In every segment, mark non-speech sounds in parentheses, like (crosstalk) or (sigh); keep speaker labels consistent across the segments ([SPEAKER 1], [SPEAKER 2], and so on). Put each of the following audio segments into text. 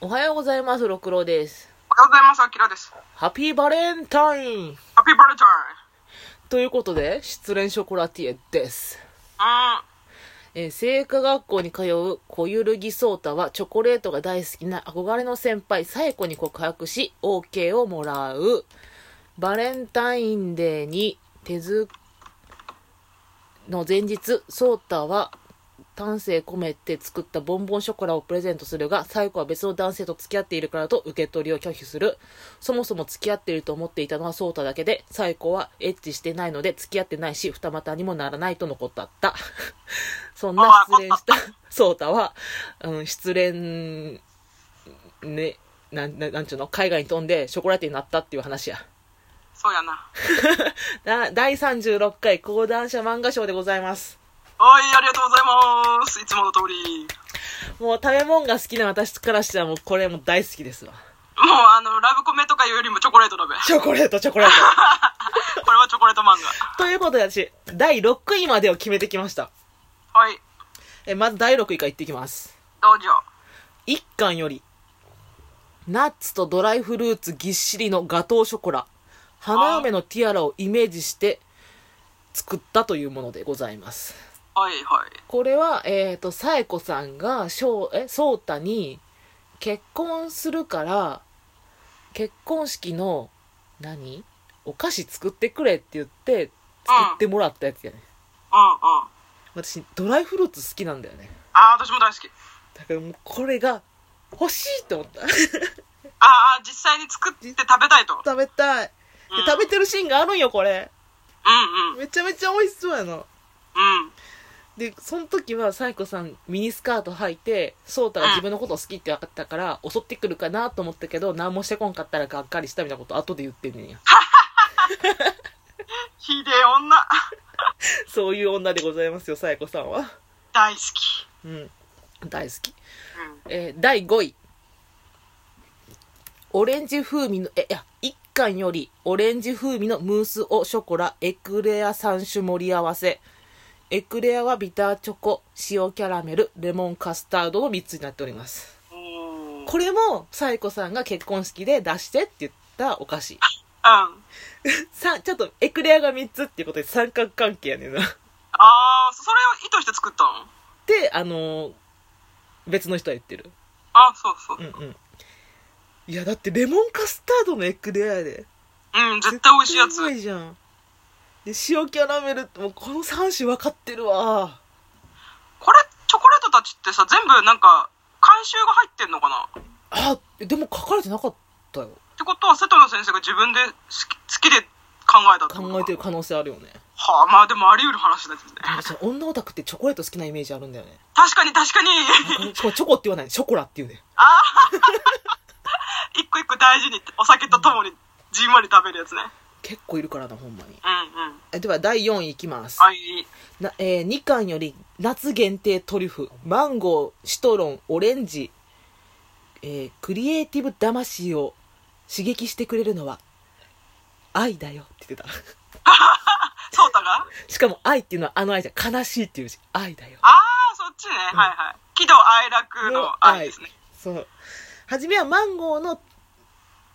[SPEAKER 1] おはようございます、六郎です。
[SPEAKER 2] おはようございます、あきらです。
[SPEAKER 1] ハッピーバレンタイン
[SPEAKER 2] ハッピーバレンタ
[SPEAKER 1] ということで、失恋ショコラティエです。
[SPEAKER 2] イン。うーん。
[SPEAKER 1] えー、聖火学校に通う小ゆるぎそうたは、チョコレートが大好きな憧れの先輩、サエコに告白し、OK をもらう。バレンタインデーに手作の前日、ソータは丹精込めて作ったボンボンショコラをプレゼントするが、サイコは別の男性と付き合っているからと受け取りを拒否する。そもそも付き合っていると思っていたのはソータだけで、サイコはエッチしてないので付き合ってないし、二股にもならないとのことだった。 (laughs) そんな失恋した (laughs) ソータは、うん、失恋、ね、なん、なんなんちゅうの海外に飛んでショコラティになったっていう話や。
[SPEAKER 2] そうやな。
[SPEAKER 1] だ第36回講談社漫画賞でございます。
[SPEAKER 2] はい、ありがとうございます。いつもの通り。
[SPEAKER 1] もう食べ物が好きな私からしてはもうこれも大好きですわ。
[SPEAKER 2] もう、あの、ラブコメとかいうよりもチョコレートだべ。こ
[SPEAKER 1] チョコレート、チョコレー
[SPEAKER 2] れはチョコレート漫
[SPEAKER 1] ト。ということで私、第6位までを決めてきました。
[SPEAKER 2] 画。はい、
[SPEAKER 1] え、まず第6位からいってきます。
[SPEAKER 2] どうぞ。
[SPEAKER 1] 1巻より、ナッツとドライフルーツぎっしりのガトーショコラ、花嫁のティアラをイメージして作ったというものでございます。
[SPEAKER 2] はい、はい。
[SPEAKER 1] これは、えっ、と、サエコさんが、しょう、え、ソータに、結婚するから、結婚式の、何お菓子作ってくれって言って、作ってもらったやつやね。
[SPEAKER 2] うん、うん。
[SPEAKER 1] 私、ドライフルーツ好きなんだよね。
[SPEAKER 2] あー、私も大好き。
[SPEAKER 1] だからもう、これが、欲しいと思った。 (laughs)
[SPEAKER 2] あー、実際に作って食べたいと。うん、うん。
[SPEAKER 1] 食べたい。で
[SPEAKER 2] うん
[SPEAKER 1] 食べてるシーンがあるんよ、これ。
[SPEAKER 2] うん、
[SPEAKER 1] めちゃめちゃ美味しそうやの。
[SPEAKER 2] うん。
[SPEAKER 1] で、その時は、サイコさん、ミニスカート履いて、ソータが自分のことを好きって分かったから、襲ってくるかなと思ったけど、何もしてこんかったらがっかりしたみたいなこと後で言ってんねんや。
[SPEAKER 2] ひでえ女。
[SPEAKER 1] (laughs) そういう女でございますよ、サイコさんは。
[SPEAKER 2] 大好き。
[SPEAKER 1] うん。大好き。
[SPEAKER 2] うん。
[SPEAKER 1] えー第5位。オレンジ風味の、え、いや、一巻よりオレンジ風味のムースオショコラエクレア3種盛り合わせ。エクレアはビターチョコ、塩キャラメル、レモンカスタードの3つになっております。
[SPEAKER 2] おー。
[SPEAKER 1] これも、サイコさんが結婚式で出してって言ったお菓子。
[SPEAKER 2] うん。
[SPEAKER 1] さ、ちょっとエクレアが3つっていうことで三角関係や
[SPEAKER 2] (laughs)
[SPEAKER 1] ねんな。
[SPEAKER 2] あー、それを意図して作ったの
[SPEAKER 1] で、あのー別の人は言ってる。
[SPEAKER 2] あ、そうそう
[SPEAKER 1] う
[SPEAKER 2] そう。
[SPEAKER 1] んうん。いや、だってレモンカスタードのエクレアやで。
[SPEAKER 2] うん、絶対美味しいや
[SPEAKER 1] 絶
[SPEAKER 2] つ。
[SPEAKER 1] 対うまいじゃん。で、塩キャラメルって、もうこの3種分かってるわ。
[SPEAKER 2] これ、チョコレートたちってさ、全部なんか、監修が入ってんのかな
[SPEAKER 1] あ、でも書かれてなかったよ。
[SPEAKER 2] ってことは瀬戸野先生が自分で好き好きで考えたってこと
[SPEAKER 1] 考えてる可能性あるよね。
[SPEAKER 2] はあまあでもあり得る話ですね
[SPEAKER 1] 私女オタクってチョコレート好きなイメージあるんだよね。
[SPEAKER 2] 確かに確
[SPEAKER 1] (laughs)
[SPEAKER 2] かに
[SPEAKER 1] なんかしかもチョコって言わない。ショコラって言うね。
[SPEAKER 2] 一個一個大事にお酒とともにじんわり食べるやつね
[SPEAKER 1] 結構いるからな、ほんまに。
[SPEAKER 2] うんうん
[SPEAKER 1] えでは第4位いきます、
[SPEAKER 2] はい
[SPEAKER 1] なえー、2巻より夏限定トリュフマンゴーシトロンオレンジ、えークリエイティブ魂を刺激してくれるのは愛だよって言ってた (laughs)
[SPEAKER 2] ソータが
[SPEAKER 1] しかも愛っていうのはあの愛じゃん悲しいっていう字愛だよ
[SPEAKER 2] ああそっちね、はいはい喜怒哀楽の愛ですね
[SPEAKER 1] そう初めはマンゴーの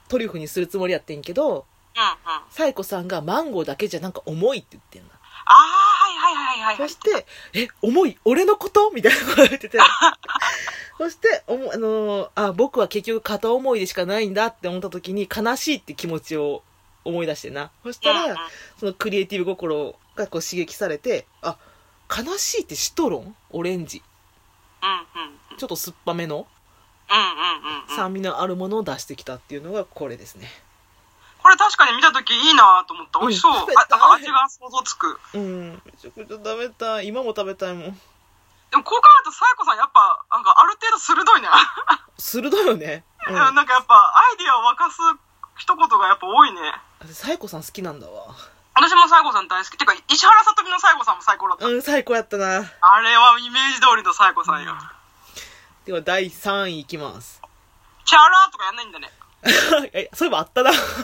[SPEAKER 1] トリュフにするつもりやってんけど
[SPEAKER 2] うんうんあ
[SPEAKER 1] サイコさんがマンゴーだけじゃなんか重いって言ってんだ
[SPEAKER 2] あはいはいはいはいは
[SPEAKER 1] (laughs) そ
[SPEAKER 2] い
[SPEAKER 1] して、え、重い、俺のことみたいなこと言ってて。
[SPEAKER 2] (laughs)
[SPEAKER 1] そして、おもあのーあ、僕は結局片思いでしかないんだって思った時に悲しいって気持ちを思い出してな。そした
[SPEAKER 2] うんうん
[SPEAKER 1] ら、そのクリエイティブ心がこう刺激されて、あ、悲しいってシトロンオレンジ。
[SPEAKER 2] うんうん
[SPEAKER 1] ちょっと酸っぱめの
[SPEAKER 2] うんうんうんうん
[SPEAKER 1] 酸味のあるものを出してきたっていうのがこれですね。
[SPEAKER 2] これ確かに見た時いいなと思った美味
[SPEAKER 1] (laughs)
[SPEAKER 2] しそう、
[SPEAKER 1] うん
[SPEAKER 2] あなんか味が想像つく
[SPEAKER 1] うん。めちゃくちゃ食べたい。今も食べたいもん。
[SPEAKER 2] でもこう考えるとサイコさんやっぱなんかある程度鋭いね
[SPEAKER 1] 鋭いよね。うん。
[SPEAKER 2] (laughs) なんかやっぱアイディアを沸かす一言がやっぱ多いね
[SPEAKER 1] 私サイコさん好きなんだわ。
[SPEAKER 2] 私も西郷さん大好きてか石原さとみの西郷さんも最高だった、
[SPEAKER 1] うん、最高やったな。
[SPEAKER 2] あれはイメージ通りの西郷さんよ、
[SPEAKER 1] では第3位いきます。
[SPEAKER 2] チャラーとかやんないんだね
[SPEAKER 1] (laughs)
[SPEAKER 2] (laughs)
[SPEAKER 1] え、そういえばあ (laughs) ったな。
[SPEAKER 2] せっかく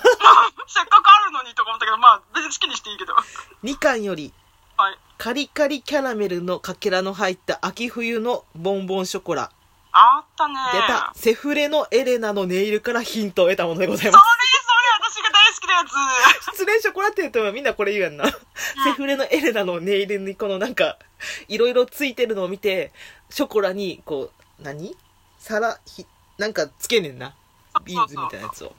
[SPEAKER 2] あるのにとか思ったけどまあ別に好きにしていいけどは
[SPEAKER 1] 2巻より、
[SPEAKER 2] い
[SPEAKER 1] カリカリキャラメルのかけらの入った秋冬のボンボンショコラ。
[SPEAKER 2] あったね
[SPEAKER 1] 出
[SPEAKER 2] (laughs)
[SPEAKER 1] た、セフレのエレナのネイルからヒントを得たものでござい
[SPEAKER 2] それそ
[SPEAKER 1] (laughs)
[SPEAKER 2] れ
[SPEAKER 1] ます。
[SPEAKER 2] 私が大好きなやつ
[SPEAKER 1] 失恋ショコラテとはみんなこれ言うや (laughs) んな。セフレのエレナのネイルにこのなんか、いろいろついてるのを見て、ショコラにこう、何皿、ひ、なんかつけねんな。ビーズみたいなやつを。
[SPEAKER 2] うん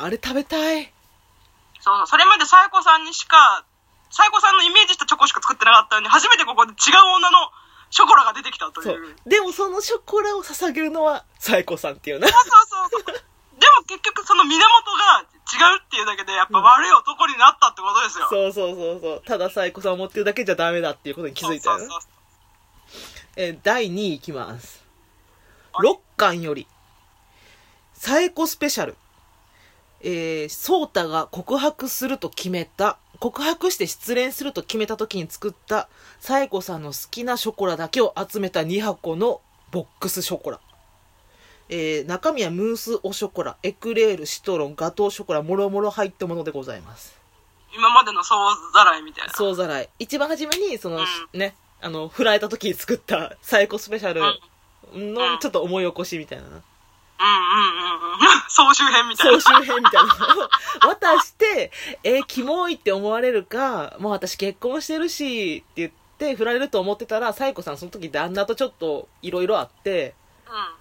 [SPEAKER 1] あれ食べたい。
[SPEAKER 2] そうそうそれまでサイコさんにしかサイコさんのイメージしたチョコしか作ってなかったのに初めてここで違う女のショコラが出てきたという
[SPEAKER 1] そ
[SPEAKER 2] そうう。
[SPEAKER 1] でもそのショコラを捧げるのは、サイコさんっていうな。
[SPEAKER 2] そうそうそうでも結局その源が違うっていうだけでやっぱ悪い男になったってことですよ、
[SPEAKER 1] そうそうそうそう。ただサイコさんを持ってるだけじゃダメだっていうことに気づいたよ
[SPEAKER 2] そ
[SPEAKER 1] な
[SPEAKER 2] う。そうそう
[SPEAKER 1] えー第2位いきます。
[SPEAKER 2] はい
[SPEAKER 1] 6巻より、サエコスペシャル。えー、ソータが告白すると決めた、告白して失恋すると決めた時に作った、サエコさんの好きなショコラだけを集めた2箱のボックスショコラ。えー、中身はムースおショコラ、エクレール、シトロン、ガトーショコラ、もろもろ入ったものでございます。
[SPEAKER 2] 今までの総ざらいみたいな
[SPEAKER 1] そうざらい一番初めにその、
[SPEAKER 2] う
[SPEAKER 1] ねあの振られた時に作ったサイコスペシャル
[SPEAKER 2] う
[SPEAKER 1] の
[SPEAKER 2] ん
[SPEAKER 1] ちょっと思い起こしみたいなな
[SPEAKER 2] うんうん (laughs) うんうん総集編みたい
[SPEAKER 1] 総
[SPEAKER 2] な
[SPEAKER 1] 集編みたいなのを (laughs) 渡してえーキモいって思われるかもう私結婚してるしって言って振られると思ってたらサイコさんその時旦那とちょっといろいろあって
[SPEAKER 2] うん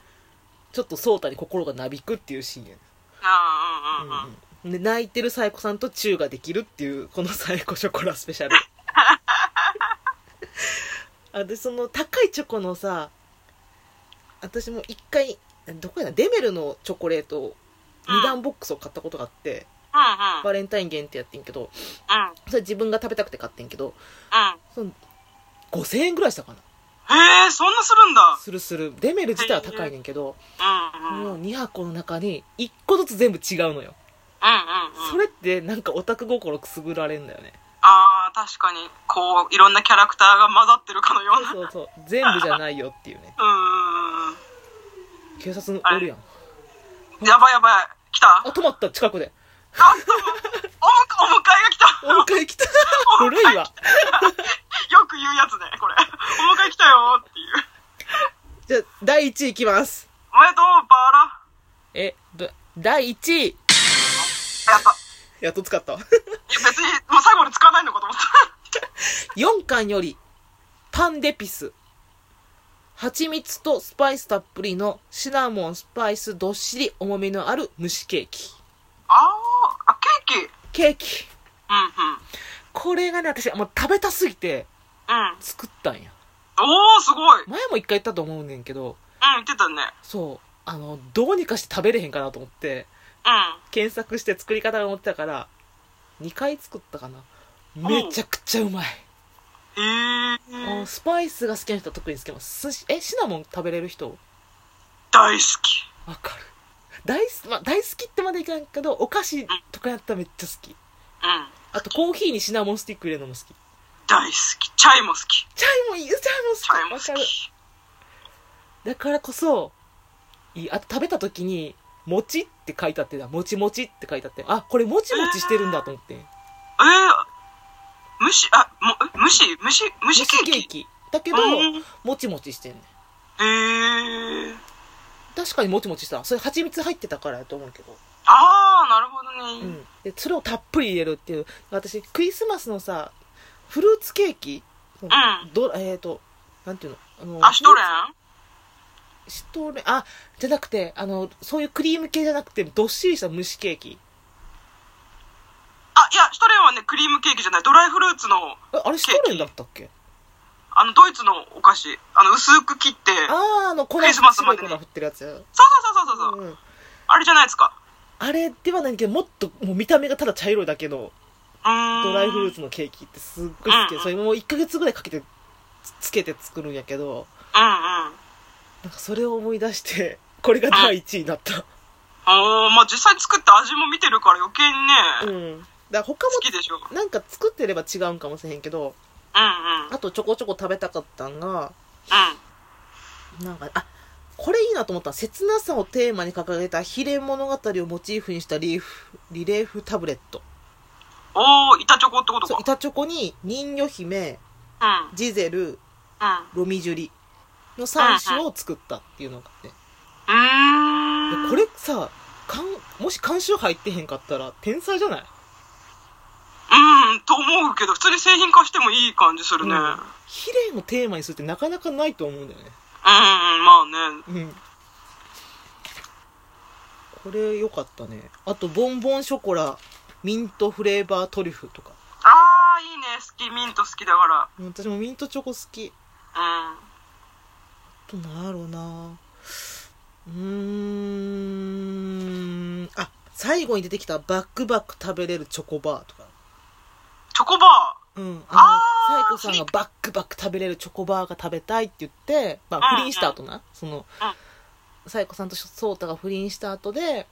[SPEAKER 1] ちょっとソータに心がなびくっていうシーンやね
[SPEAKER 2] あーうんうんうんうん
[SPEAKER 1] で泣いてるサイコさんとチューができるっていうこのサイコショコラスペシャル
[SPEAKER 2] (laughs)
[SPEAKER 1] あでその高いチョコのさ私も一回どこやなデメルのチョコレートを
[SPEAKER 2] うん
[SPEAKER 1] 2段ボックスを買ったことがあって、
[SPEAKER 2] うんうん
[SPEAKER 1] バレンタイン限定やってんけど
[SPEAKER 2] うん
[SPEAKER 1] それ自分が食べたくて買ってんけど
[SPEAKER 2] うん
[SPEAKER 1] その5000円ぐらいしたかな
[SPEAKER 2] へえそんなするんだ
[SPEAKER 1] するするデメル自体は高いねんけど、
[SPEAKER 2] うんうんうんうん
[SPEAKER 1] もう2箱の中に1個ずつ全部違うのよ、
[SPEAKER 2] うん
[SPEAKER 1] それってなんかオタク心くすぐられんだよね
[SPEAKER 2] ああ確かにこういろんなキャラクターが混ざってるかのようなう
[SPEAKER 1] そうそう全部じゃないよっていうね
[SPEAKER 2] ーん
[SPEAKER 1] 警察のおるやん
[SPEAKER 2] やばいやばい来たあ
[SPEAKER 1] あ止まった近くで
[SPEAKER 2] おむお迎えが来た
[SPEAKER 1] お迎え来た古いわ
[SPEAKER 2] よく言うやつねこれお迎え来たよーって
[SPEAKER 1] (laughs)
[SPEAKER 2] いう
[SPEAKER 1] じゃあ第1位いきます
[SPEAKER 2] おめでとうバラ
[SPEAKER 1] えど第1位
[SPEAKER 2] やった
[SPEAKER 1] やっと使ったわ
[SPEAKER 2] いや別にもう最後まで使わないのかと思った
[SPEAKER 1] 4巻よりパンデピス蜂蜜とスパイスたっぷりのシナモンスパイスどっしり重みのある蒸しケーキ
[SPEAKER 2] あーあケーキ
[SPEAKER 1] ケーキ
[SPEAKER 2] うん
[SPEAKER 1] これがね私もう食べたすぎて
[SPEAKER 2] うんうん
[SPEAKER 1] 作ったんや
[SPEAKER 2] おーすごいうん
[SPEAKER 1] 前も一回言ったと思うねんけど
[SPEAKER 2] 言ってたね
[SPEAKER 1] そうあのどうにかして食べれへんかなと思って
[SPEAKER 2] うん
[SPEAKER 1] 検索して作り方が載ってたから2回作ったかなめちゃくちゃうまい、
[SPEAKER 2] へ
[SPEAKER 1] あ
[SPEAKER 2] え
[SPEAKER 1] スパイスが好きな人は特に好きますしえシナモン食べれる人
[SPEAKER 2] 大好き
[SPEAKER 1] わかる大好き、まあ、大好きってまでいかんけどお菓子とかやったらめっちゃ好き
[SPEAKER 2] うん
[SPEAKER 1] あとコーヒーにシナモンスティック入れるのも好き
[SPEAKER 2] 大好きチャイも好きチ
[SPEAKER 1] チャイもいいチャ
[SPEAKER 2] ャ
[SPEAKER 1] イも
[SPEAKER 2] イも
[SPEAKER 1] 好きわか
[SPEAKER 2] 好
[SPEAKER 1] る
[SPEAKER 2] き
[SPEAKER 1] だからこそいいあと食べた時に「もち」って書いてあってな「もちもち」って書いてあってあこれもちもちしてるんだと思って
[SPEAKER 2] えー、蒸し、あ、も、え蒸し、蒸し、蒸
[SPEAKER 1] 蒸
[SPEAKER 2] しケ
[SPEAKER 1] し
[SPEAKER 2] ーキ
[SPEAKER 1] ケーキだけど
[SPEAKER 2] うん
[SPEAKER 1] もちもちしてんねん
[SPEAKER 2] へえー。
[SPEAKER 1] 確かにもちもちしたそれ蜂蜜入ってたからやと思うけど、
[SPEAKER 2] あー、なるほど
[SPEAKER 1] う
[SPEAKER 2] ね。
[SPEAKER 1] ん、でそれをたっぷり入れるっていう私クリスマスのさフルーツケーキ
[SPEAKER 2] うん。
[SPEAKER 1] どえっ、となんていうのあの
[SPEAKER 2] あ、シュトレン
[SPEAKER 1] シトレンあじゃなくてあのそういうクリーム系じゃなくてどっしりした蒸しケーキ
[SPEAKER 2] あ、いや、シュトレンはね、クリームケーキじゃない、ドライフルーツの、
[SPEAKER 1] えあれシトレンだったっけ
[SPEAKER 2] あの、ドイツのお菓子。あの、薄く切って。そう
[SPEAKER 1] あああの粉
[SPEAKER 2] クリスマスまで
[SPEAKER 1] 白い粉振ってるやつや、
[SPEAKER 2] そうそうそうそう。う
[SPEAKER 1] うん、
[SPEAKER 2] あれじゃないですか。
[SPEAKER 1] あれではないけどもっともう見た目がただ茶色いだけの
[SPEAKER 2] うーん。
[SPEAKER 1] ドライフルーツのケーキってすっごい好きで
[SPEAKER 2] うん
[SPEAKER 1] それもう1ヶ月ぐらいかけてつつけて作るんやけど
[SPEAKER 2] うんうん。
[SPEAKER 1] なんかそれを思い出して、これが第1位になった。
[SPEAKER 2] おー、まあ実際作った味も見てるから余計に
[SPEAKER 1] う
[SPEAKER 2] ね、
[SPEAKER 1] ん。だから他
[SPEAKER 2] 好きでしょ。うん
[SPEAKER 1] も、なんか作ってれば違うんかもしれへんけど、
[SPEAKER 2] うん。うん。
[SPEAKER 1] あとちょこちょこ食べたかったんが、なんか、あ、これいいなと思ったの切なさをテーマに掲げた比例物語をモチーフにしたリーフ、リレーフタブレット。
[SPEAKER 2] おー、板チョコってこと
[SPEAKER 1] そう、
[SPEAKER 2] か。
[SPEAKER 1] 板チョコに人魚姫、
[SPEAKER 2] うん。うん。
[SPEAKER 1] ジゼル、ロミジュリ。の3種を作ったっていうのがあって。
[SPEAKER 2] うーん。
[SPEAKER 1] でこれさ、かん、もし監修入ってへんかったら天才じゃない
[SPEAKER 2] うん、と思うけど、普通に製品化してもいい感じするね。うん、うん、ま
[SPEAKER 1] 比例のテーマにするってなかなかないと思うんだよね。
[SPEAKER 2] あね。
[SPEAKER 1] うん。これ良かったね。あと、ボンボンショコラ、ミントフレーバートリュフとか。
[SPEAKER 2] あー、いいね。好き、ミント好きだか
[SPEAKER 1] 私もミントチョコ好き。
[SPEAKER 2] ら。う
[SPEAKER 1] あ
[SPEAKER 2] ん。
[SPEAKER 1] となんやろうなうーん。あ、最後に出てきたバックバック食べれるチョコバーとか。
[SPEAKER 2] チョコバ
[SPEAKER 1] うん。
[SPEAKER 2] あー
[SPEAKER 1] サイコさんがバックバック食べれるチョコバーが食べたいって言って、まあ
[SPEAKER 2] うん
[SPEAKER 1] 不倫した後な。その、サイコさんとソータが不倫した後で、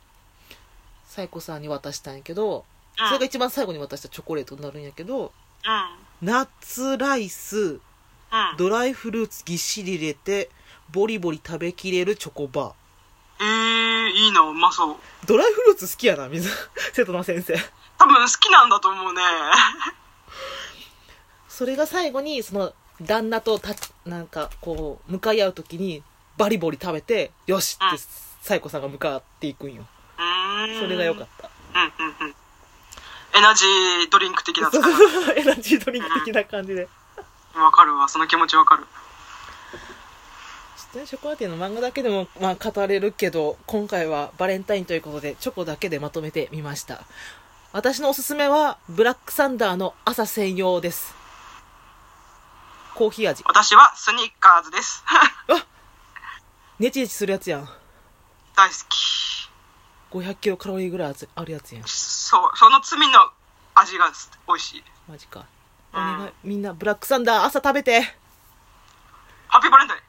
[SPEAKER 1] サイコさんに渡したんやけど、
[SPEAKER 2] ー。
[SPEAKER 1] それが
[SPEAKER 2] うん。
[SPEAKER 1] 一番最後に渡したチョコレートになるんやけど、
[SPEAKER 2] うん。
[SPEAKER 1] ナッツライス、
[SPEAKER 2] うん。
[SPEAKER 1] ドライフルーツぎっしり入れて、ボリボリ食べきれるチョコバー。
[SPEAKER 2] えー、いいな、うまそう。
[SPEAKER 1] ドライフルーツ好きやな、水、瀬戸の先生。
[SPEAKER 2] 多分好きなんだと思うね。
[SPEAKER 1] それが最後に、その、旦那とた、なんか、こう、向かい合うときに、バリボリ食べて、よしっ
[SPEAKER 2] う
[SPEAKER 1] て
[SPEAKER 2] ん、
[SPEAKER 1] サイコさんが向かっていくんよ。
[SPEAKER 2] うー
[SPEAKER 1] (laughs)
[SPEAKER 2] ん。
[SPEAKER 1] それが良かった。
[SPEAKER 2] た。うんうんうん。エナジードリンク的なやつか
[SPEAKER 1] (laughs) エナジードリンク的な感じで。
[SPEAKER 2] わかるわ、その気持ちわかる。
[SPEAKER 1] ちょっとね、ショコラティエの漫画だけでも、まあ、語れるけど、今回はバレンタインということで、チョコだけでまとめてみました。私のおすすめは、ブラックサンダーの朝専用です。コーヒー味。
[SPEAKER 2] 私はスニッカーズです。 (laughs)
[SPEAKER 1] ネチネチするやつやん。
[SPEAKER 2] 大好き。
[SPEAKER 1] 500キロカロリーぐらいあつあるやつやん。
[SPEAKER 2] そう、その罪の味が美味しい。
[SPEAKER 1] マジか。お
[SPEAKER 2] うん
[SPEAKER 1] 願い、みんな、ブラックサンダー朝食べて
[SPEAKER 2] ハッピーバレンタイン